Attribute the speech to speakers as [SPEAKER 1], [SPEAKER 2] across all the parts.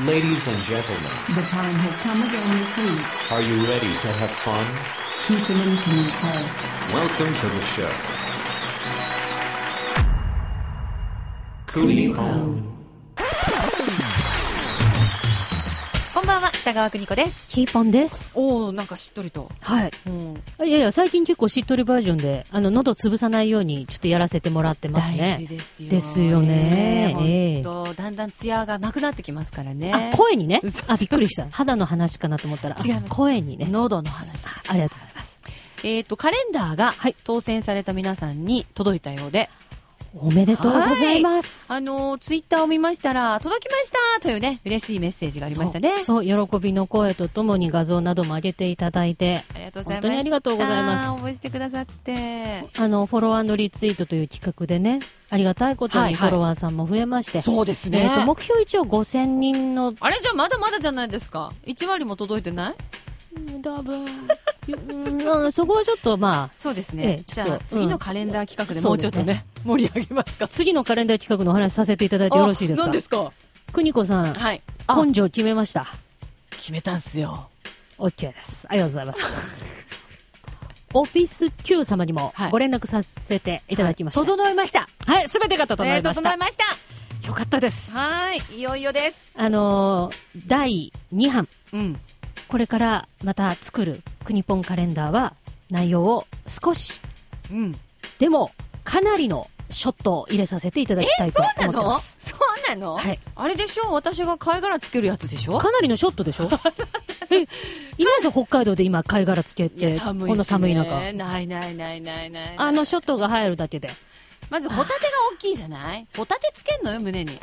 [SPEAKER 1] Ladies and gentlemen,
[SPEAKER 2] The time has come again this week.
[SPEAKER 1] are you ready to have fun?
[SPEAKER 2] Keep it in Kimiko.
[SPEAKER 1] Welcome to the show. Cooney Pone.
[SPEAKER 3] こんばんは、北川邦子です。
[SPEAKER 4] キーパンです。
[SPEAKER 3] おお、なんかしっとりと。
[SPEAKER 4] はい。
[SPEAKER 3] うん、
[SPEAKER 4] いやいや、最近結構しっとりバージョンで、あの、喉潰さないように、ちょっとやらせてもらってます
[SPEAKER 3] 大事
[SPEAKER 4] ね。
[SPEAKER 3] ですよね。
[SPEAKER 4] ですよねええ
[SPEAKER 3] 本当、だんだんツヤがなくなってきますからね
[SPEAKER 4] あ、。声にね
[SPEAKER 3] そうそう。
[SPEAKER 4] あ、びっくりした。肌の話かなと思ったら、あ
[SPEAKER 3] 違います
[SPEAKER 4] 声にね。
[SPEAKER 3] 喉の話。
[SPEAKER 4] あありがとうございます。
[SPEAKER 3] えっ、と、カレンダーが
[SPEAKER 4] はい
[SPEAKER 3] 当選された皆さんに届いたようで、
[SPEAKER 4] おめでとうございます。
[SPEAKER 3] あのーツイッターを見ましたら、届きましたというね、嬉しいメッセージがありましたね。
[SPEAKER 4] そう、そう喜びの声とともに画像なども上げていただいて、
[SPEAKER 3] ありがとうございます。
[SPEAKER 4] 本当にありがとうございます
[SPEAKER 3] あー応募してくださって。
[SPEAKER 4] あの、フォローリツイートという企画でね、ありがたいこと
[SPEAKER 3] はい
[SPEAKER 4] に
[SPEAKER 3] は
[SPEAKER 4] フ
[SPEAKER 3] い
[SPEAKER 4] ォロワーさんも増えまして、
[SPEAKER 3] そうです
[SPEAKER 4] えっと、目標一応5000 人の、
[SPEAKER 3] あれじゃあまだまだじゃないですか。1割も届いてない
[SPEAKER 4] 多分、うんそこはちょっとまあ、
[SPEAKER 3] そうです
[SPEAKER 4] え
[SPEAKER 3] ね
[SPEAKER 4] え。
[SPEAKER 3] じ
[SPEAKER 4] ちょ
[SPEAKER 3] ゃ
[SPEAKER 4] っと
[SPEAKER 3] あ次のカレンダー企画で
[SPEAKER 4] うん
[SPEAKER 3] もうちょっと
[SPEAKER 4] そうで
[SPEAKER 3] ね、盛り上げますか。
[SPEAKER 4] 次のカレンダー企画のお話させていただいてよろしいです
[SPEAKER 3] あ
[SPEAKER 4] か
[SPEAKER 3] 何ですか
[SPEAKER 4] 邦子さん、
[SPEAKER 3] はい。あ、
[SPEAKER 4] 根性決めました。
[SPEAKER 3] 決めたんすよ。
[SPEAKER 4] OK です。ありがとうございます。 オフィス Q 様にも
[SPEAKER 3] はい
[SPEAKER 4] ご連絡させていただきました。
[SPEAKER 3] 整いました。
[SPEAKER 4] はい、すべてが整
[SPEAKER 3] え
[SPEAKER 4] い
[SPEAKER 3] ー
[SPEAKER 4] まし
[SPEAKER 3] 整
[SPEAKER 4] た
[SPEAKER 3] い。ました。
[SPEAKER 4] よかったです。
[SPEAKER 3] はい。いよいよです。
[SPEAKER 4] あのー第2版、
[SPEAKER 3] うん。
[SPEAKER 4] これからまた作る国ポンカレンダーは内容を少し、
[SPEAKER 3] うん。
[SPEAKER 4] でもかなりのショットを入れさせていただきたいと
[SPEAKER 3] な
[SPEAKER 4] 思って
[SPEAKER 3] の
[SPEAKER 4] ます。
[SPEAKER 3] そうなの
[SPEAKER 4] はい
[SPEAKER 3] あれでしょ私が貝殻つけるやつでしょ
[SPEAKER 4] かなりのショットでしょえ、いないですよ、北海道で今、貝殻つけ
[SPEAKER 3] いや、
[SPEAKER 4] て、
[SPEAKER 3] 寒いし、ね。
[SPEAKER 4] この寒い中。
[SPEAKER 3] ないないないないない。
[SPEAKER 4] あの、ショットが入るだけで。
[SPEAKER 3] まずホタテが大きいじゃないホタテつけんのよ、胸に。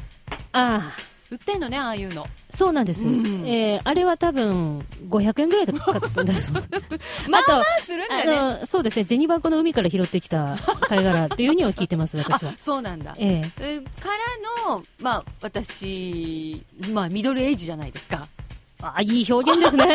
[SPEAKER 4] ああ、
[SPEAKER 3] 売ってんのね、ああいうの。
[SPEAKER 4] そうなんです。
[SPEAKER 3] うん
[SPEAKER 4] えーあれは多分、500円ぐらいで買ったんです。
[SPEAKER 3] まあ
[SPEAKER 4] と
[SPEAKER 3] まあするんだよね。
[SPEAKER 4] あの、そうですね、銭箱の海から拾ってきた貝殻っていうには聞いてます、私は。
[SPEAKER 3] そうなんだ。
[SPEAKER 4] ええ
[SPEAKER 3] えからの、まあ、私、まあ、ミドルエイジじゃないですか。
[SPEAKER 4] あ、いい表現です ね。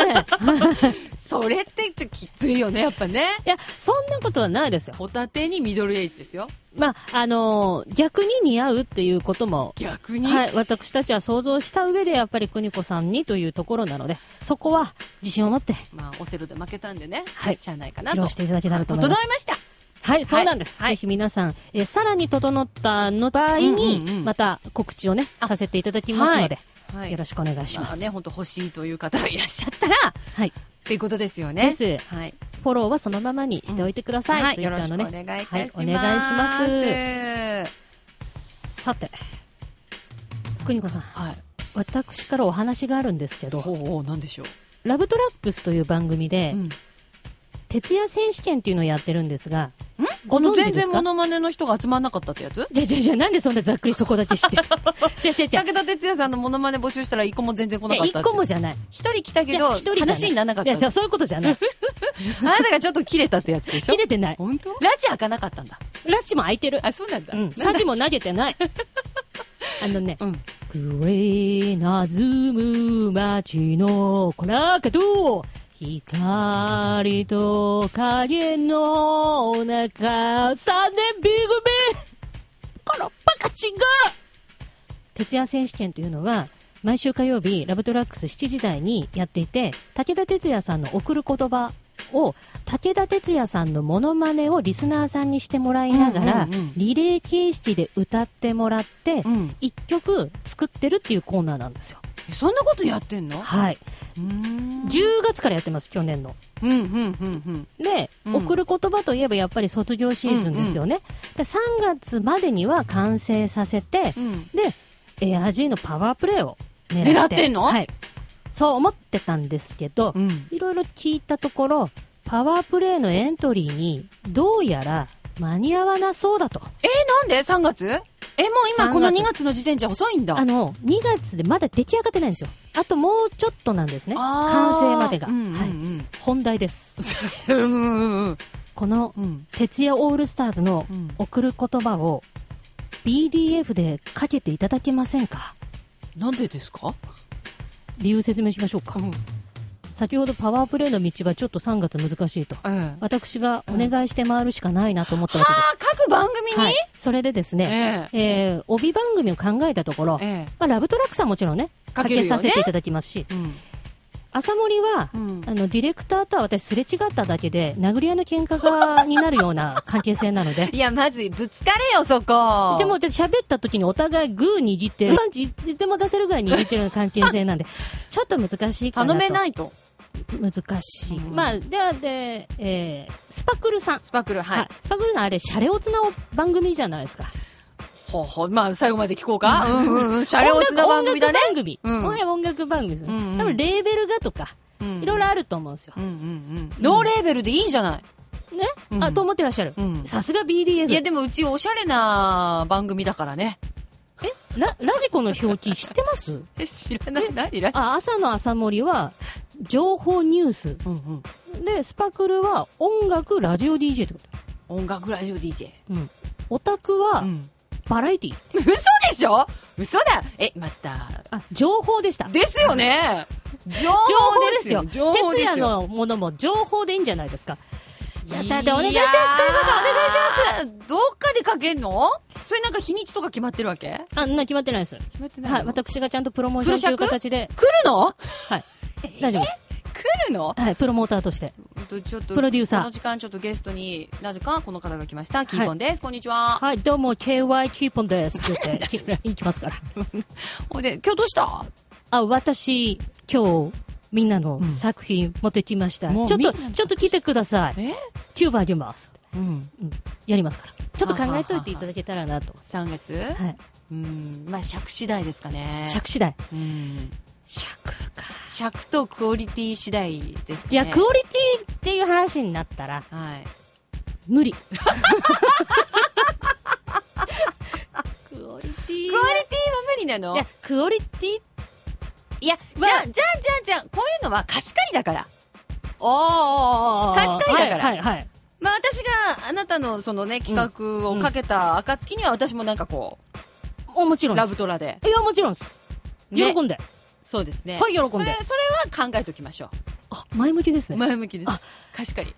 [SPEAKER 3] それってちょっときついよね、やっぱね。
[SPEAKER 4] いや、そんなことはないですよ。
[SPEAKER 3] ホタテにミドルエイジですよ。
[SPEAKER 4] まあ、あのー逆に似合うっていうことも、
[SPEAKER 3] 逆に。
[SPEAKER 4] はい、私たちは想像した上で、やっぱり邦子さんにというところなので、そこは自信を持って、
[SPEAKER 3] まあ、オセロで負けたんでね。
[SPEAKER 4] はい
[SPEAKER 3] しゃあないかな
[SPEAKER 4] 披
[SPEAKER 3] と。
[SPEAKER 4] 露していただけたらと思います
[SPEAKER 3] 整いました。
[SPEAKER 4] はい、そうなんです。
[SPEAKER 3] はい
[SPEAKER 4] ぜひ皆さん、えーさらに整ったの場合に、
[SPEAKER 3] うんうんうん
[SPEAKER 4] また告知をね、
[SPEAKER 3] あ
[SPEAKER 4] させていただきますので、
[SPEAKER 3] はい。
[SPEAKER 4] よろしくお願いしま
[SPEAKER 3] まあ
[SPEAKER 4] す。
[SPEAKER 3] ね、本当欲しいという方がいらっしゃったら、っ
[SPEAKER 4] はい。
[SPEAKER 3] ていうことですよね。
[SPEAKER 4] です
[SPEAKER 3] はい。
[SPEAKER 4] フォローはそのままにしておいてください。
[SPEAKER 3] はい。
[SPEAKER 4] ツイッ
[SPEAKER 3] よ
[SPEAKER 4] タ
[SPEAKER 3] ろし
[SPEAKER 4] ー
[SPEAKER 3] くお願
[SPEAKER 4] のね。
[SPEAKER 3] いいたします。
[SPEAKER 4] はい、お願いしま
[SPEAKER 3] ます。
[SPEAKER 4] す。さて、邦子さん、
[SPEAKER 3] はい。
[SPEAKER 4] 私からお話があるんですけど、
[SPEAKER 3] ほうほう、なんでしょう。
[SPEAKER 4] ラブトラックスという番組で、
[SPEAKER 3] うん。
[SPEAKER 4] 徹夜選手権っていうのをやってるんですが、ご
[SPEAKER 3] この
[SPEAKER 4] 存知
[SPEAKER 3] 全
[SPEAKER 4] です
[SPEAKER 3] 然
[SPEAKER 4] か
[SPEAKER 3] モノマネの人が集まんなかったってやつ
[SPEAKER 4] じゃじゃじゃなんでそんなざっくりそこだけ知っ てるじゃじゃじゃ
[SPEAKER 3] 武田鉄矢さんのモノマネ募集したら一個も全然来なかったって
[SPEAKER 4] 一個もじゃない。
[SPEAKER 3] 一人来たけ
[SPEAKER 4] じゃ
[SPEAKER 3] ど
[SPEAKER 4] あ一人じゃない
[SPEAKER 3] 話にならなかっ
[SPEAKER 4] いやそ
[SPEAKER 3] た
[SPEAKER 4] うそういうことじ ゃない。
[SPEAKER 3] あなたがちょっと切れたってやつでしょ
[SPEAKER 4] 切れてない。
[SPEAKER 3] 本当ラジ開かなかったんだ
[SPEAKER 4] ラチも空いてる。
[SPEAKER 3] あそうなんだ、
[SPEAKER 4] うん、サジも投げてない。あのね、
[SPEAKER 3] うん
[SPEAKER 4] くれなずむ街の小中と、光と影の中、三年 B 組このバカチンが徹夜選手権というのは、毎週火曜日、ラブトラックス7時台にやっていて、武田鉄矢さんの送る言葉を、武田鉄矢さんのモノマネをリスナーさんにしてもらいながら、
[SPEAKER 3] うんうんうん
[SPEAKER 4] リレー形式で歌ってもらって
[SPEAKER 3] うん、
[SPEAKER 4] 一、曲作ってるっていうコーナーなんですよ。
[SPEAKER 3] そんなことやってんの
[SPEAKER 4] はい。
[SPEAKER 3] うーん
[SPEAKER 4] 10月からやってます、去年の。
[SPEAKER 3] うんうんうんうん
[SPEAKER 4] で、
[SPEAKER 3] うん
[SPEAKER 4] 送る言葉といえばやっぱり卒業シーズンですよね。で3月までには完成させて、
[SPEAKER 3] うん
[SPEAKER 4] で、エアジーのパワープレイを狙って。
[SPEAKER 3] 狙ってんの
[SPEAKER 4] はい。そう思ってたんですけど、
[SPEAKER 3] うん
[SPEAKER 4] いろいろ聞いたところ、パワープレイのエントリーに、どうやら間に合わなそうだと。
[SPEAKER 3] えなんで3月えもう今この
[SPEAKER 4] 3
[SPEAKER 3] 2月の時点じゃ遅いんだ
[SPEAKER 4] あの、2月でまだ出来上がってないんですよ。あともうちょっとなんですね。
[SPEAKER 3] あー
[SPEAKER 4] 完成までが。
[SPEAKER 3] うんうんうん
[SPEAKER 4] はい。本題です。
[SPEAKER 3] うんうんうん
[SPEAKER 4] この
[SPEAKER 3] う、ん
[SPEAKER 4] 徹夜オールスターズの
[SPEAKER 3] うん
[SPEAKER 4] 送る言葉を BDF でかけていただけませんか
[SPEAKER 3] なんでですか
[SPEAKER 4] 理由説明しましょうか、
[SPEAKER 3] うん
[SPEAKER 4] 先ほどパワープレイの道はちょっと3月難しいと
[SPEAKER 3] ええは
[SPEAKER 4] 私がお願いして回るしかないなと思ったわけです、
[SPEAKER 3] あ各番組に、
[SPEAKER 4] はい、それでですね、
[SPEAKER 3] ええ
[SPEAKER 4] えー帯番組を考えたところ、
[SPEAKER 3] ええ
[SPEAKER 4] まあ、ラブトラックさんもちろんねか
[SPEAKER 3] かけ
[SPEAKER 4] け
[SPEAKER 3] るよ
[SPEAKER 4] さ
[SPEAKER 3] ね
[SPEAKER 4] せていただきますし、
[SPEAKER 3] うん。
[SPEAKER 4] 朝森は、
[SPEAKER 3] うん
[SPEAKER 4] あのディレクターとは私すれ違っただけで殴り合いの喧嘩がになるような関係性なので
[SPEAKER 3] いや、まずい、ぶつかれよ、そこ。
[SPEAKER 4] でも、で喋った時にお互いグー握ってパンチいつでも出せるぐらい握ってるような関係性なん でちょっと難しいかな
[SPEAKER 3] 頼
[SPEAKER 4] と
[SPEAKER 3] めないと。
[SPEAKER 4] 難しい、
[SPEAKER 3] うん
[SPEAKER 4] まあではで、えースパクルさん
[SPEAKER 3] スパクル、はい。
[SPEAKER 4] スパクルさんあれシャレオツな番組じゃないですか
[SPEAKER 3] ほうほう。まあ、最後まで聞こうか。うんうんうん。シャレオツな番
[SPEAKER 4] 音楽
[SPEAKER 3] 組だね。
[SPEAKER 4] 音楽番組、
[SPEAKER 3] うん
[SPEAKER 4] これ音楽番組です、
[SPEAKER 3] うんうん
[SPEAKER 4] 多分レーベルがとか
[SPEAKER 3] うん
[SPEAKER 4] いろいろあると思うんですよ、
[SPEAKER 3] うんうんうん。ノーレーベルでいいじゃない。
[SPEAKER 4] ね、
[SPEAKER 3] うん
[SPEAKER 4] あと思ってらっしゃる
[SPEAKER 3] うん
[SPEAKER 4] さすが BDF
[SPEAKER 3] いや、でもうちおしゃれな番組だからね。
[SPEAKER 4] えララジコの表記知ってます
[SPEAKER 3] え、知らない何何
[SPEAKER 4] あ朝の朝森は情報ニュース
[SPEAKER 3] うんうん。
[SPEAKER 4] でスパクルは音楽ラジオ DJ ってこ
[SPEAKER 3] 音楽ラジオ DJ。
[SPEAKER 4] とうんオタクは
[SPEAKER 3] うん。
[SPEAKER 4] バラエティ、
[SPEAKER 3] 嘘でしょ嘘だえ、また。
[SPEAKER 4] あ情報でした
[SPEAKER 3] ですよね情報
[SPEAKER 4] 情報ですよ。
[SPEAKER 3] 情報
[SPEAKER 4] 哲
[SPEAKER 3] で
[SPEAKER 4] 也
[SPEAKER 3] すよ。
[SPEAKER 4] のものも情報でいいんじゃないですか。いや、さて、お願いし
[SPEAKER 3] や
[SPEAKER 4] ま
[SPEAKER 3] ー
[SPEAKER 4] す。金子さん、お願いし
[SPEAKER 3] どっかでかけんのそれなんか日にちとか決まってるわけ
[SPEAKER 4] ます。あ、な、決まってないです。
[SPEAKER 3] 決まってないの
[SPEAKER 4] はい、私がちゃんとプロモーションという
[SPEAKER 3] プロ尺
[SPEAKER 4] 形で、
[SPEAKER 3] 来るの
[SPEAKER 4] はい。大丈夫です。
[SPEAKER 3] 来るの
[SPEAKER 4] はい、プロモーターとして。
[SPEAKER 3] とちょっと
[SPEAKER 4] プロデューサー
[SPEAKER 3] この時間ちょっとゲストになぜかこの方が来ましたキーポンです、こんにちは
[SPEAKER 4] はい、どうも、KY キーポ ンです。って言って、き行きますから。
[SPEAKER 3] ほいで今日どうした
[SPEAKER 4] あ、私、今日、みんなの作品持ってきました。
[SPEAKER 3] もう
[SPEAKER 4] ちょっ
[SPEAKER 3] みん
[SPEAKER 4] と、
[SPEAKER 3] なの
[SPEAKER 4] ちょっと来てください。
[SPEAKER 3] え
[SPEAKER 4] キューバあげます。
[SPEAKER 3] うん
[SPEAKER 4] うん、やりますから。ちょっと考えといていただけたらなと。
[SPEAKER 3] 3月、
[SPEAKER 4] はい。
[SPEAKER 3] うんまあ尺次第ですかね
[SPEAKER 4] 尺次第。
[SPEAKER 3] うん
[SPEAKER 4] 尺か。
[SPEAKER 3] 尺とクオリティ次第ですね
[SPEAKER 4] いや、クオリティっていう話になったら、
[SPEAKER 3] はい
[SPEAKER 4] 無理。クオリティ
[SPEAKER 3] クオリティは無理なの
[SPEAKER 4] いや、クオリティ
[SPEAKER 3] いやじゃあじゃあじゃあじゃあこういうのは貸し借りだから
[SPEAKER 4] あ
[SPEAKER 3] 貸し借りだから
[SPEAKER 4] はい、はい、はい。
[SPEAKER 3] まあ私があなたのそのね企画をかけた暁には私もなんかこ
[SPEAKER 4] おもち
[SPEAKER 3] う、
[SPEAKER 4] ろんで
[SPEAKER 3] ラ
[SPEAKER 4] す。
[SPEAKER 3] ブトラで
[SPEAKER 4] いや、もちろんです。喜
[SPEAKER 3] ね
[SPEAKER 4] んで。
[SPEAKER 3] そうですね
[SPEAKER 4] はい喜んで
[SPEAKER 3] それそれは考えておきましょ
[SPEAKER 4] あ、前向きです
[SPEAKER 3] う
[SPEAKER 4] ね。
[SPEAKER 3] 前向きです
[SPEAKER 4] あ
[SPEAKER 3] 貸し借り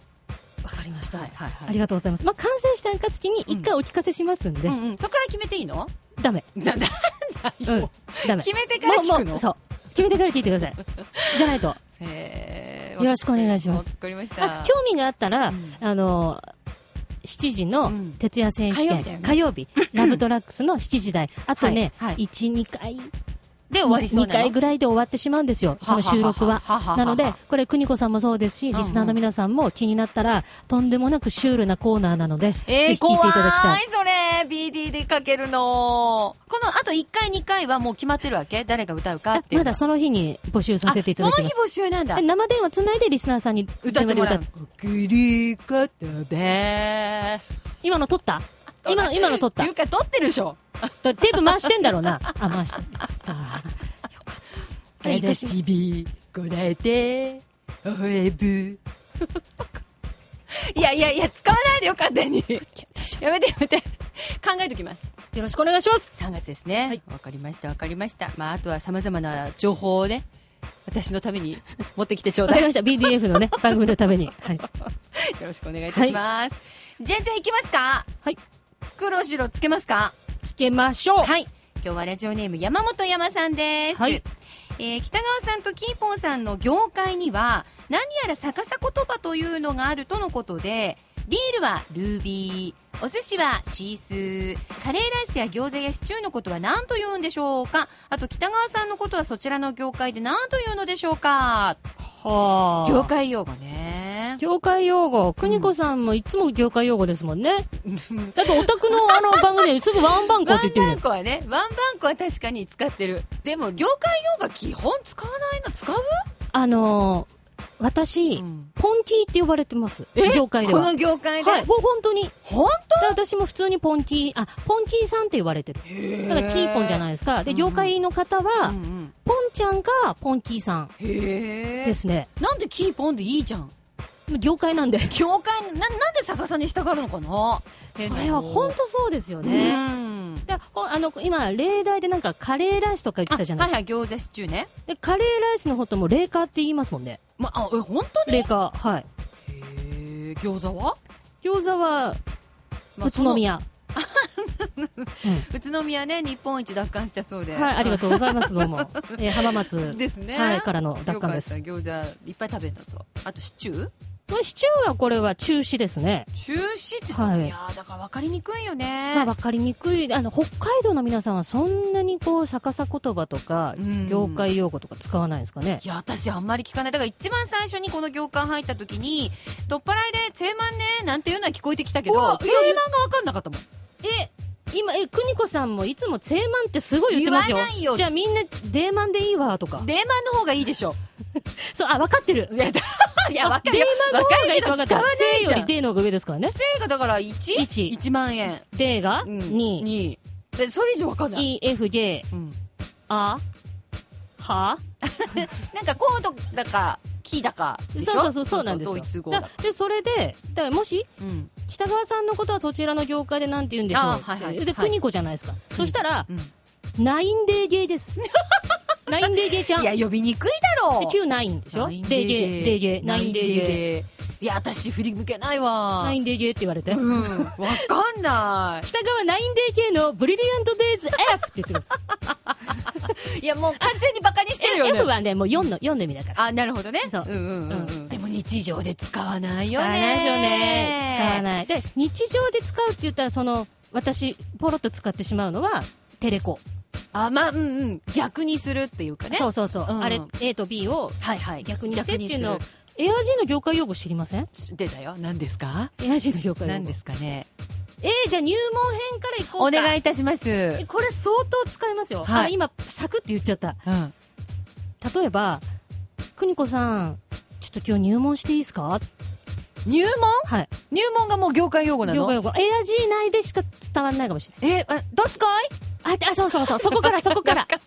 [SPEAKER 4] わかりました。
[SPEAKER 3] はいはいはい
[SPEAKER 4] ありがとうございます。まあ、完成した暁に一回お聞かせしますんで、
[SPEAKER 3] うんうんそこから決めていいの
[SPEAKER 4] ダメ。
[SPEAKER 3] ななんだ
[SPEAKER 4] う
[SPEAKER 3] よ
[SPEAKER 4] ん。ダメ。
[SPEAKER 3] 決めてから聞
[SPEAKER 4] も
[SPEAKER 3] く
[SPEAKER 4] うも
[SPEAKER 3] の
[SPEAKER 4] うそう。決めてから聞いてく ださい。じゃないと。
[SPEAKER 3] へー
[SPEAKER 4] よろしくお願いします
[SPEAKER 3] わかりました
[SPEAKER 4] あ興味があったら、
[SPEAKER 3] うん
[SPEAKER 4] あの7時の
[SPEAKER 3] うん
[SPEAKER 4] 徹夜選手権、
[SPEAKER 3] 火曜日だよね
[SPEAKER 4] 火曜日、ラブトラックスの7時台、あとね、
[SPEAKER 3] はいはい
[SPEAKER 4] 1、2回、
[SPEAKER 3] で終わりそうな
[SPEAKER 4] 2
[SPEAKER 3] の
[SPEAKER 4] 回ぐらいで終わってしまうんですよ、その収録は。
[SPEAKER 3] はははは
[SPEAKER 4] なので、これ、邦子さんもそうですし、
[SPEAKER 3] んうん
[SPEAKER 4] リスナーの皆さんも気になったら、とんでもなくシュールなコーナーなので、
[SPEAKER 3] えー、
[SPEAKER 4] ぜひ聞いていただきたい。
[SPEAKER 3] 怖いそれ BD でかけるのこのあと1回2回はもう決まってるわけ誰が歌うかっ
[SPEAKER 4] あ
[SPEAKER 3] ていう
[SPEAKER 4] ま
[SPEAKER 3] の
[SPEAKER 4] だ
[SPEAKER 3] は
[SPEAKER 4] その日に募集させていただきま
[SPEAKER 3] あ
[SPEAKER 4] す
[SPEAKER 3] そ。の日募集なんだ
[SPEAKER 4] 生電話つないでリスナーさんに
[SPEAKER 3] 歌って
[SPEAKER 4] 電
[SPEAKER 3] も
[SPEAKER 4] 話
[SPEAKER 3] ら
[SPEAKER 4] で
[SPEAKER 3] う送り方で
[SPEAKER 4] 今の撮った
[SPEAKER 3] 撮ら
[SPEAKER 4] 今
[SPEAKER 3] な
[SPEAKER 4] の、今の撮った
[SPEAKER 3] いうか撮ってるでしょ
[SPEAKER 4] だテープ回してんだろうな。あ、回して。よかった。よかった。
[SPEAKER 5] 悲しびこらえて、おえぶ。
[SPEAKER 3] いやいやいや使わないでよ勝手にやめてやめて考えときます
[SPEAKER 4] よろしくお願いします。
[SPEAKER 3] 3月ですね
[SPEAKER 4] はい
[SPEAKER 3] わ、かりましたわかりましたまああとはさまざまな情報をね私のため に持ってきてちょう
[SPEAKER 4] わ
[SPEAKER 3] だ
[SPEAKER 4] か
[SPEAKER 3] い
[SPEAKER 4] り
[SPEAKER 3] よ
[SPEAKER 4] ました。BDF のね、番組のために。はい。
[SPEAKER 3] ろしくお願いいたします、じゃあじゃあいきますか
[SPEAKER 4] はい。
[SPEAKER 3] 黒白つけますか
[SPEAKER 4] つけましょう。
[SPEAKER 3] はい今日はラジオネーム山本山さんです、
[SPEAKER 4] はい
[SPEAKER 3] えー北川さんとキーポンさんの業界には何やら逆さ言葉というのがあるとのことでビールはルービーお寿司はシースーカレーライスや餃子やシチューのことは何と言うんでしょうかあと北川さんのことはそちらの業界で何と言うのでしょうか
[SPEAKER 4] はあ
[SPEAKER 3] 業。界用語ね
[SPEAKER 4] 業界用語。邦子さんもいつも業界用語ですもんね。だってオタクのあの番組ですぐワンバンコ
[SPEAKER 3] ワ
[SPEAKER 4] って言
[SPEAKER 3] ン
[SPEAKER 4] ってるじ
[SPEAKER 3] バ
[SPEAKER 4] ゃない
[SPEAKER 3] ン
[SPEAKER 4] です
[SPEAKER 3] コはねワンバンコは確かに使ってるでも業界用語は基本使わないな使う
[SPEAKER 4] か。あのー、私、
[SPEAKER 3] うん
[SPEAKER 4] ポンキーって呼ばれてます。業界で
[SPEAKER 3] こ
[SPEAKER 4] は。は
[SPEAKER 3] の
[SPEAKER 4] い。
[SPEAKER 3] 業界で、
[SPEAKER 4] もう本当に。
[SPEAKER 3] 本当
[SPEAKER 4] で私も普通にポンキー、あ、ポンキーさんって言われてる。だからキーポンじゃないですか。で、業界の方は、
[SPEAKER 3] ん
[SPEAKER 4] ポンちゃんかポンキーさん
[SPEAKER 3] うん、へえ
[SPEAKER 4] ですね。
[SPEAKER 3] なんでキーポンでいいじゃん
[SPEAKER 4] 業界なんで。
[SPEAKER 3] 業界ななんで逆さにしたがるのかな
[SPEAKER 4] それは本当そうですよ
[SPEAKER 3] 当
[SPEAKER 4] ね。
[SPEAKER 3] うん
[SPEAKER 4] でほあの今、例題でなんかカレーライスとか言って
[SPEAKER 3] あは
[SPEAKER 4] た
[SPEAKER 3] い
[SPEAKER 4] じゃないですか、
[SPEAKER 3] はい餃子シチューね
[SPEAKER 4] でカレーライスのことも冷化って言いますもんね、
[SPEAKER 3] まあえ本当に
[SPEAKER 4] 冷化、はい、
[SPEAKER 3] へえ餃子は、
[SPEAKER 4] 餃子は
[SPEAKER 3] まあ
[SPEAKER 4] 宇都宮、
[SPEAKER 3] 宇都宮ね、日本一奪還したそうで。
[SPEAKER 4] はい、ありがとうございます、ど うも。えー浜松。
[SPEAKER 3] ですね。
[SPEAKER 4] はい、からの奪還で
[SPEAKER 3] よ
[SPEAKER 4] す。
[SPEAKER 3] かった餃子いっぱい食べたと。あとシチュー
[SPEAKER 4] まあシチューはこれは中止ですね。
[SPEAKER 3] 中止って、
[SPEAKER 4] はい
[SPEAKER 3] い、やーだから分かりにくいよね。
[SPEAKER 4] まあ、わかりにくい。あの、北海道の皆さんはそんなにこう、逆さ言葉とか
[SPEAKER 3] うん、
[SPEAKER 4] 業界用語とか使わないんですかね
[SPEAKER 3] い。や私あんまり聞かないだから一番最初にこの業界入った時に取っ払いで「チェーマンね」なんていうのは聞こえてきたけど
[SPEAKER 4] うわ
[SPEAKER 3] チェーマンが分かんなかったもん
[SPEAKER 4] え、今、え、くにこさんもいつも正満ってすごい言ってますよ。
[SPEAKER 3] 言わないよ
[SPEAKER 4] じゃあみんな、デーマンでいいわ、とか。
[SPEAKER 3] デーマンの方がいいでしょ
[SPEAKER 4] そう、あ、わかってる。
[SPEAKER 3] いやだ いや分かる
[SPEAKER 4] デー
[SPEAKER 3] よ
[SPEAKER 4] マンの
[SPEAKER 3] 分か
[SPEAKER 4] 方
[SPEAKER 3] る
[SPEAKER 4] がい
[SPEAKER 3] け
[SPEAKER 4] いと
[SPEAKER 3] ど
[SPEAKER 4] 分かっ
[SPEAKER 3] 使
[SPEAKER 4] た
[SPEAKER 3] わな。い
[SPEAKER 4] 正
[SPEAKER 3] じ
[SPEAKER 4] よ
[SPEAKER 3] ゃ
[SPEAKER 4] り
[SPEAKER 3] んチェ
[SPEAKER 4] デーの方が上ですからね。
[SPEAKER 3] ーがだから 1?1
[SPEAKER 4] 一
[SPEAKER 3] 万円、
[SPEAKER 4] デーが
[SPEAKER 3] うん、
[SPEAKER 4] 2、
[SPEAKER 3] 2でそれ以上分かんない、
[SPEAKER 4] E、F、D、
[SPEAKER 3] うん、
[SPEAKER 4] あ、は
[SPEAKER 3] なんかコードだかキーだかでしょ
[SPEAKER 4] そうそうそう、そうなんですよ。
[SPEAKER 3] 同一語
[SPEAKER 4] だ
[SPEAKER 3] だ
[SPEAKER 4] からで、それで、だからもし、
[SPEAKER 3] うん
[SPEAKER 4] 北川さんのことはそちらの業界でなんて言うんでしょう。
[SPEAKER 3] あはいはい
[SPEAKER 4] で、
[SPEAKER 3] はい
[SPEAKER 4] 邦子じゃないですか。そしたら
[SPEAKER 3] う、ん
[SPEAKER 4] ナインデーゲー です。ナインデーゲーちゃん。
[SPEAKER 3] い
[SPEAKER 4] で
[SPEAKER 3] や、呼びにくいだろう。
[SPEAKER 4] 旧ナインでし
[SPEAKER 3] ナ
[SPEAKER 4] ょデ
[SPEAKER 3] イン
[SPEAKER 4] ー
[SPEAKER 3] デ
[SPEAKER 4] ゲ
[SPEAKER 3] ーゲ
[SPEAKER 4] ー、デーゲー、ナインデーゲー。
[SPEAKER 3] ー。いや、私振り向けないわ。
[SPEAKER 4] ナインデーゲーって言われて。
[SPEAKER 3] うん。わかんな
[SPEAKER 4] 北川ナインデーゲーのブリリアントデイズ F って言ってます。
[SPEAKER 3] い。いや、もう完全にバカにしてるよ
[SPEAKER 4] F
[SPEAKER 3] ね。
[SPEAKER 4] はね、もう4の、4の意味だから。
[SPEAKER 3] あ、なるほどね。
[SPEAKER 4] そうん
[SPEAKER 3] うんうんう。
[SPEAKER 4] うん
[SPEAKER 3] でも日常で使わないよね。
[SPEAKER 4] 使わないですよね。使わ
[SPEAKER 3] い。
[SPEAKER 4] ない。で、日常で使うって言ったら、その、私、ポロッと使ってしまうのは、テレコ。
[SPEAKER 3] あ、まあ、うんうん。逆にするっていうかね。
[SPEAKER 4] そうそうそう。
[SPEAKER 3] うん
[SPEAKER 4] あれ、A と B を
[SPEAKER 3] はいはい。
[SPEAKER 4] 逆にしてっていうの
[SPEAKER 3] 逆
[SPEAKER 4] を
[SPEAKER 3] にす、
[SPEAKER 4] エアジーの業界用語知りません
[SPEAKER 3] る。出たよ。何ですか
[SPEAKER 4] エアジーの業界用
[SPEAKER 3] 何
[SPEAKER 4] 語
[SPEAKER 3] で。すかね。
[SPEAKER 4] えー、じゃあ入門編からいこうか。
[SPEAKER 3] お願いいたします
[SPEAKER 4] え。これ相当使いますよ。
[SPEAKER 3] はい
[SPEAKER 4] あ今、サクって言っちゃった。
[SPEAKER 3] うん。
[SPEAKER 4] 例えば、邦子さん、ちょっと今日入門していいですか
[SPEAKER 3] 入門
[SPEAKER 4] はい。
[SPEAKER 3] 入門がもう業界用語な
[SPEAKER 4] 業界
[SPEAKER 3] の
[SPEAKER 4] 用語。エアジー内でしか伝わんないかもしれ
[SPEAKER 3] え、あどすこい
[SPEAKER 4] ない。あ、あそう そうそう。そこから、そこから。
[SPEAKER 3] から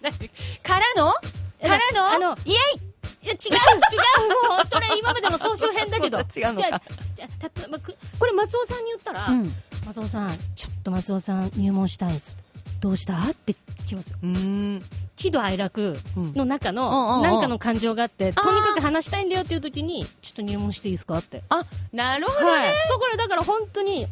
[SPEAKER 3] のからの
[SPEAKER 4] あの
[SPEAKER 3] イエイ
[SPEAKER 4] いや違う、違う。もう、それ今までの総集編だけど。
[SPEAKER 3] そうだ違うのか
[SPEAKER 4] じゃあ、じゃあたとまくこれ松尾さんに言ったら、
[SPEAKER 3] うん
[SPEAKER 4] 松尾さん、ちょっと松尾さん入門したいんです。どうしたって聞きますよ。
[SPEAKER 3] うーん。
[SPEAKER 4] 喜怒哀楽の中
[SPEAKER 3] うんうんうんう
[SPEAKER 4] の、
[SPEAKER 3] ん
[SPEAKER 4] なんかの感情があって、
[SPEAKER 3] あー
[SPEAKER 4] とにかく話したいんだよっていう時に、ちょっと入門していいですかって。
[SPEAKER 3] あ、なるほどね。
[SPEAKER 4] はい。これだから本当に、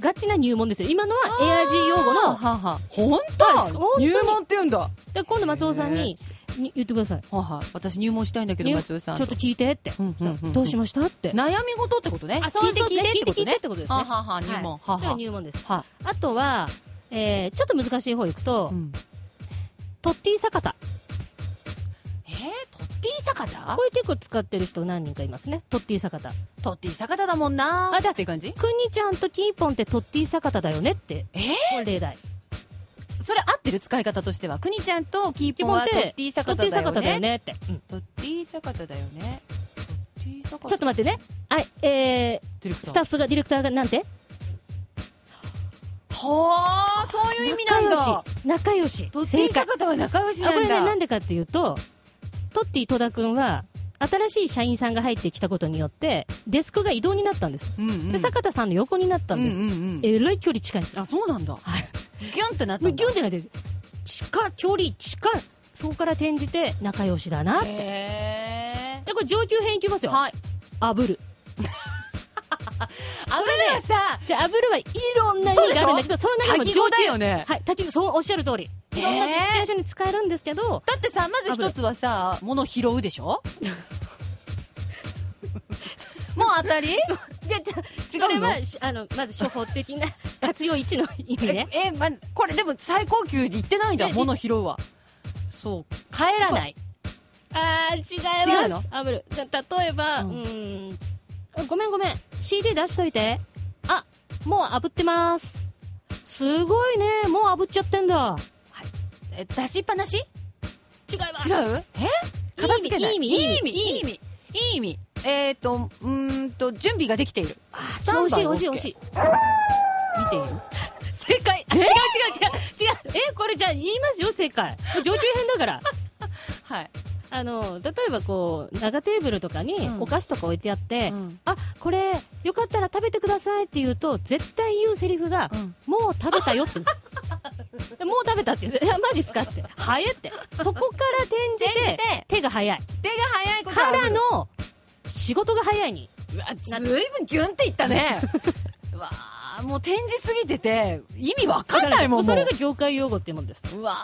[SPEAKER 4] ガチな入門ですよ。今のはエアジー用語の、
[SPEAKER 3] はは。本
[SPEAKER 4] はい本当
[SPEAKER 3] 当
[SPEAKER 4] に
[SPEAKER 3] 入門って言うんだ。は
[SPEAKER 4] で今度松尾さんにに言ってください。
[SPEAKER 3] は。私入門したいんだけど、
[SPEAKER 4] 入
[SPEAKER 3] 松尾さん。
[SPEAKER 4] ちょっと聞いてって。
[SPEAKER 3] うんうんうんうん
[SPEAKER 4] どうしましたって。
[SPEAKER 3] 悩み事ってことね。
[SPEAKER 4] あ
[SPEAKER 3] 聞いて
[SPEAKER 4] そうそう
[SPEAKER 3] 聞いてってこと
[SPEAKER 4] 聞いて聞いて
[SPEAKER 3] ね
[SPEAKER 4] っ。てことですね
[SPEAKER 3] ははは、入門。は
[SPEAKER 4] はい、では
[SPEAKER 3] は。
[SPEAKER 4] 入門です。
[SPEAKER 3] は。
[SPEAKER 4] あとは、えー、ちょっと難しい方行くと、
[SPEAKER 3] うん
[SPEAKER 4] トッティ坂田。
[SPEAKER 3] えー、トッティ坂田
[SPEAKER 4] これ結構使ってる人何人かいますね。トッティ坂田。
[SPEAKER 3] トッティ坂田だもんな
[SPEAKER 4] あだ
[SPEAKER 3] っていう感じ
[SPEAKER 4] くにちゃんとキーポンってトッティ坂田だよねって。
[SPEAKER 3] えー
[SPEAKER 4] これ例題。
[SPEAKER 3] それ合ってる使い方としては。くにちゃんとキー
[SPEAKER 4] キー
[SPEAKER 3] ポン
[SPEAKER 4] ポンっ
[SPEAKER 3] はトッ
[SPEAKER 4] て
[SPEAKER 3] ティ
[SPEAKER 4] ト
[SPEAKER 3] 坂
[SPEAKER 4] ッティ
[SPEAKER 3] 田
[SPEAKER 4] 坂田
[SPEAKER 3] だ
[SPEAKER 4] だ
[SPEAKER 3] よ
[SPEAKER 4] よ
[SPEAKER 3] ね。
[SPEAKER 4] ねって。うん
[SPEAKER 3] トッティ坂田だよね。トッティ坂田。
[SPEAKER 4] ちょっと待ってね。はい、え
[SPEAKER 3] ディレクター
[SPEAKER 4] ー、スタッフが、ディレクターがなんて
[SPEAKER 3] はあ、そういう意味なんだ。
[SPEAKER 4] 仲良し。
[SPEAKER 3] ト
[SPEAKER 4] 仲良
[SPEAKER 3] ッテ
[SPEAKER 4] し。正
[SPEAKER 3] ィ
[SPEAKER 4] 解。
[SPEAKER 3] 坂田は仲良し
[SPEAKER 4] あ
[SPEAKER 3] な
[SPEAKER 4] これ
[SPEAKER 3] ん
[SPEAKER 4] ね、なん
[SPEAKER 3] だ。
[SPEAKER 4] でかっていうと、トッティ戸田くんは、新しい社員さんが入ってきたことによって、デスクが移動になったんです。
[SPEAKER 3] うんうん
[SPEAKER 4] で、坂田さんの横になったんです。
[SPEAKER 3] うんうんうん
[SPEAKER 4] えらい距離近いんですよ。
[SPEAKER 3] あ、そうなんだ。ギュンってなった
[SPEAKER 4] もうん
[SPEAKER 3] だ
[SPEAKER 4] ギュンってなってる近い距離近いそこから転じて仲良しだなって
[SPEAKER 3] へ
[SPEAKER 4] でこれ上級編いきます
[SPEAKER 3] ー
[SPEAKER 4] よ
[SPEAKER 3] はい。
[SPEAKER 4] 炙る
[SPEAKER 3] 油はさ、
[SPEAKER 4] じゃあ炙るはいろんな意味があるんだけどその中でも上
[SPEAKER 3] 滝語
[SPEAKER 4] 級
[SPEAKER 3] だよね
[SPEAKER 4] はい滝語そうおっしゃる通りいろんな
[SPEAKER 3] へー
[SPEAKER 4] シチュエーションに使えるんですけど
[SPEAKER 3] だってさ、まず一つはさ、物拾うでしょもう当たり
[SPEAKER 4] じゃじゃそれはしあのまず初歩的な活用一の意味
[SPEAKER 3] え
[SPEAKER 4] ね、
[SPEAKER 3] えま、これでも最高級に行ってないんだ、
[SPEAKER 4] え
[SPEAKER 3] 物拾うは。そう、帰らない。
[SPEAKER 4] あー違い
[SPEAKER 3] 違う
[SPEAKER 4] ま
[SPEAKER 3] の
[SPEAKER 4] す炙るじゃ例えばう
[SPEAKER 3] うん
[SPEAKER 4] ーんごめんごめん CD 出しといてあもう炙ってますすごいねもう炙っちゃってんだ
[SPEAKER 3] え出しっぱなし
[SPEAKER 4] 違います
[SPEAKER 3] 違うえ片付けない
[SPEAKER 4] いい意味
[SPEAKER 3] いい意味、
[SPEAKER 4] いい
[SPEAKER 3] いい意味。いい意味。えっ、ー、と、うーんと、準備ができている。
[SPEAKER 4] あ
[SPEAKER 3] ス
[SPEAKER 4] ー
[SPEAKER 3] タン
[SPEAKER 4] 惜し
[SPEAKER 3] バ
[SPEAKER 4] い
[SPEAKER 3] イ
[SPEAKER 4] 惜しい
[SPEAKER 3] OK
[SPEAKER 4] 惜しい
[SPEAKER 3] 見ている
[SPEAKER 4] 正解あ違う違う違う違うえこれじゃあ言いますよ正解これ上級編だから
[SPEAKER 3] はい。
[SPEAKER 4] あの例えばこう長テーブルとかに
[SPEAKER 3] うん
[SPEAKER 4] お菓子とか置いてあって、
[SPEAKER 3] うん
[SPEAKER 4] あこれよかったら食べてくださいって言うと絶対言うセリフが、
[SPEAKER 3] うん
[SPEAKER 4] もう食べたよって言うんで すよでもう食べたって言ういやマジっすかって早いってそこから転じて
[SPEAKER 3] 転じて
[SPEAKER 4] 手が早い
[SPEAKER 3] 手が早いことは
[SPEAKER 4] か
[SPEAKER 3] ある
[SPEAKER 4] らの仕事が早いに
[SPEAKER 3] うわずいぶんギュンっていったねうわーもう展示すぎてて、意味わかんないもん、も
[SPEAKER 4] そうれが業界用語っていうもんです
[SPEAKER 3] うわ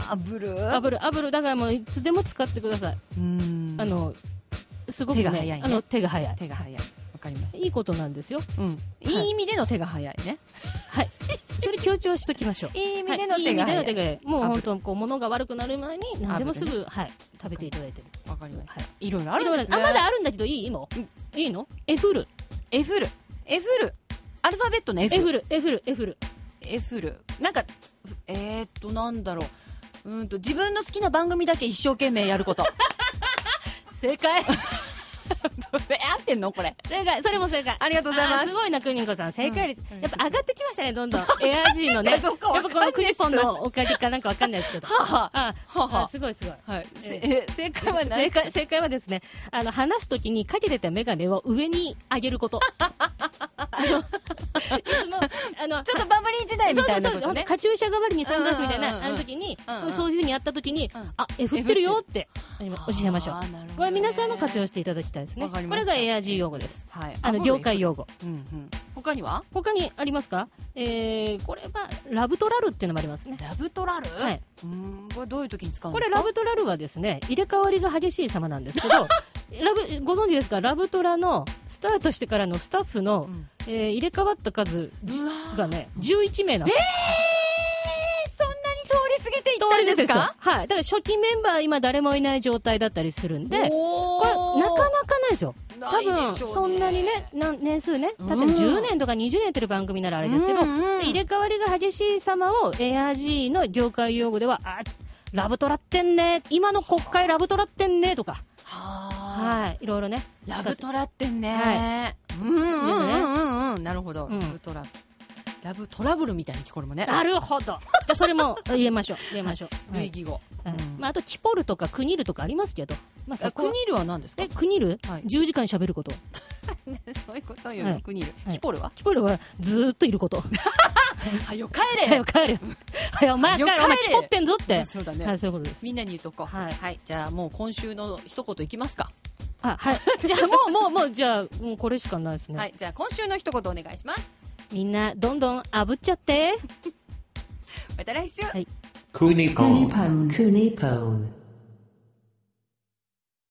[SPEAKER 3] ー、ブル
[SPEAKER 4] ア
[SPEAKER 3] ー。
[SPEAKER 4] ブルアブルだからもういつでも使ってください、
[SPEAKER 3] うん
[SPEAKER 4] あ、のすごく、ね、
[SPEAKER 3] 手が早いね
[SPEAKER 4] あの手が早い
[SPEAKER 3] 手が早い。わかりました。
[SPEAKER 4] いいことなんですよ
[SPEAKER 3] うん。いい意味での手が早いね。
[SPEAKER 4] はいそれ強調しときましょ う
[SPEAKER 3] いい意味
[SPEAKER 4] はい
[SPEAKER 3] での
[SPEAKER 4] い
[SPEAKER 3] 手
[SPEAKER 4] い意
[SPEAKER 3] が
[SPEAKER 4] 味で
[SPEAKER 3] 早
[SPEAKER 4] の
[SPEAKER 3] い。
[SPEAKER 4] 手が早いもう
[SPEAKER 3] アブル
[SPEAKER 4] 本当こう物が悪くなる前に何でもすぐ、はい食べていただいてる
[SPEAKER 3] わかりました。、
[SPEAKER 4] はい
[SPEAKER 3] ろいろあ
[SPEAKER 4] い
[SPEAKER 3] るん
[SPEAKER 4] ろい
[SPEAKER 3] で
[SPEAKER 4] ろ
[SPEAKER 3] すね。
[SPEAKER 4] あまだあるんだけどいい今、いいのエフル
[SPEAKER 3] エフル。エフル。アルファベットの F。
[SPEAKER 4] エフルエフルエフル
[SPEAKER 3] エフル。なんか、えー、っと、なんだろう。うーんと、自分の好きな番組だけ一生懸命やる こと。
[SPEAKER 4] 正 解
[SPEAKER 3] え合ってんのこれ。
[SPEAKER 4] 正解それも正解
[SPEAKER 3] ありがとうございます
[SPEAKER 4] あーすごいなクニコさん正解率、
[SPEAKER 3] うん
[SPEAKER 4] やっぱ上がってきましたね どんどんエアジーのねやっ
[SPEAKER 3] どうかわ
[SPEAKER 4] ぱ
[SPEAKER 3] かんないです
[SPEAKER 4] このクニポンのおかげかなんかわかんないですけど
[SPEAKER 3] はあは
[SPEAKER 4] あ
[SPEAKER 3] はあはあ
[SPEAKER 4] あすごいすごい
[SPEAKER 3] あ。はい。せ
[SPEAKER 4] え
[SPEAKER 3] え正解は何
[SPEAKER 4] 正解正解はですねあの話すときにかけてた眼鏡を上に上げ ることあのいつもあの
[SPEAKER 3] ちょっとバブリー時代み
[SPEAKER 4] そう
[SPEAKER 3] た
[SPEAKER 4] そう
[SPEAKER 3] いな
[SPEAKER 4] そう
[SPEAKER 3] ことね。
[SPEAKER 4] カチューシャ代わりにサングラスみたい
[SPEAKER 3] うんうんうん
[SPEAKER 4] な
[SPEAKER 3] うん
[SPEAKER 4] あの時に
[SPEAKER 3] うんうん
[SPEAKER 4] そういうふうにやった時に
[SPEAKER 3] うん
[SPEAKER 4] あえ振ってるよって今教えましょう
[SPEAKER 3] あーなるほどね
[SPEAKER 4] これ皆さんも活用していただきたいですね
[SPEAKER 3] わかり
[SPEAKER 4] こ
[SPEAKER 3] まし
[SPEAKER 4] れ
[SPEAKER 3] た
[SPEAKER 4] がエア G 用語です
[SPEAKER 3] はい。
[SPEAKER 4] あの業界。用語
[SPEAKER 3] うんうん。他には
[SPEAKER 4] 他にありますかえーこれはラブトラルっていうのもありますね
[SPEAKER 3] ラブトラル
[SPEAKER 4] は。いう
[SPEAKER 3] ーん、これどういう時に使うん
[SPEAKER 4] こ
[SPEAKER 3] です
[SPEAKER 4] れ
[SPEAKER 3] か
[SPEAKER 4] ラブトラルはですね入れ替わりが激しい様な んですけどラブご存知ですかラブトラのスタートしてからのスタッフの、
[SPEAKER 3] うん
[SPEAKER 4] えー入れ替わった数じ
[SPEAKER 3] うわー
[SPEAKER 4] がね11名なんですよ
[SPEAKER 3] そんなに通り過ぎていったんですか
[SPEAKER 4] はいだから初期メンバー今誰もいない状態だったりするんでこ
[SPEAKER 3] お
[SPEAKER 4] れ
[SPEAKER 3] ー
[SPEAKER 4] なかなかないですよ多
[SPEAKER 3] ない
[SPEAKER 4] 分
[SPEAKER 3] でしょうね
[SPEAKER 4] そんなにねなん年数ね
[SPEAKER 3] ん
[SPEAKER 4] だって10年とか20年やってる番組ならあれですけど、
[SPEAKER 3] うんうん
[SPEAKER 4] で入れ替わりが激しい様を ARG の業界用語ではあラブトラってんね今の国会ラブトラってんねとか
[SPEAKER 3] は
[SPEAKER 4] はい、いろいろね。
[SPEAKER 3] い。ラ
[SPEAKER 4] 使っ
[SPEAKER 3] ブ
[SPEAKER 4] て
[SPEAKER 3] トラってね。
[SPEAKER 4] は
[SPEAKER 3] うんうんう
[SPEAKER 4] ですね
[SPEAKER 3] んうんうん。なるほど。
[SPEAKER 4] うん
[SPEAKER 3] ラブトラ。ラブトラブルみたいに聞こえるもんね。
[SPEAKER 4] なるほど。でそれも 入れましょう。入れましょう。は
[SPEAKER 3] 類
[SPEAKER 4] い。
[SPEAKER 3] 義語。
[SPEAKER 4] はい
[SPEAKER 3] うん
[SPEAKER 4] まあ、あと、キポルとかクニルとかありますけど。まあ、
[SPEAKER 3] あ
[SPEAKER 4] そ
[SPEAKER 3] ク
[SPEAKER 4] こ
[SPEAKER 3] ニ。ルは何ですか
[SPEAKER 4] え、クニル
[SPEAKER 3] はい
[SPEAKER 4] ?10 時間喋ること。
[SPEAKER 3] そういうことよ、
[SPEAKER 4] はい
[SPEAKER 3] クニル。
[SPEAKER 4] はい
[SPEAKER 3] キポルは
[SPEAKER 4] キポルはずーっといること。
[SPEAKER 3] はよ帰
[SPEAKER 4] は
[SPEAKER 3] れ
[SPEAKER 4] よ帰るよ。 はよ、お前帰れ
[SPEAKER 3] はよ帰れ
[SPEAKER 4] お前キポってんぞって。
[SPEAKER 3] そうだ
[SPEAKER 4] は
[SPEAKER 3] ね
[SPEAKER 4] い、。そういうことです
[SPEAKER 3] みん。なに言うとこう。
[SPEAKER 4] はい
[SPEAKER 3] はい。じゃあもう今週の一言いきますか。
[SPEAKER 4] あ、はい。じゃあ、もう、もう、もう、じゃあ、もうこれしかないです
[SPEAKER 3] は
[SPEAKER 4] ね。
[SPEAKER 3] い。じゃあ今週の一言お願いします。
[SPEAKER 4] みんな、どんどん炙っちゃって。
[SPEAKER 3] また来週。
[SPEAKER 1] Kunipon.
[SPEAKER 2] Kunipon. Kunipon.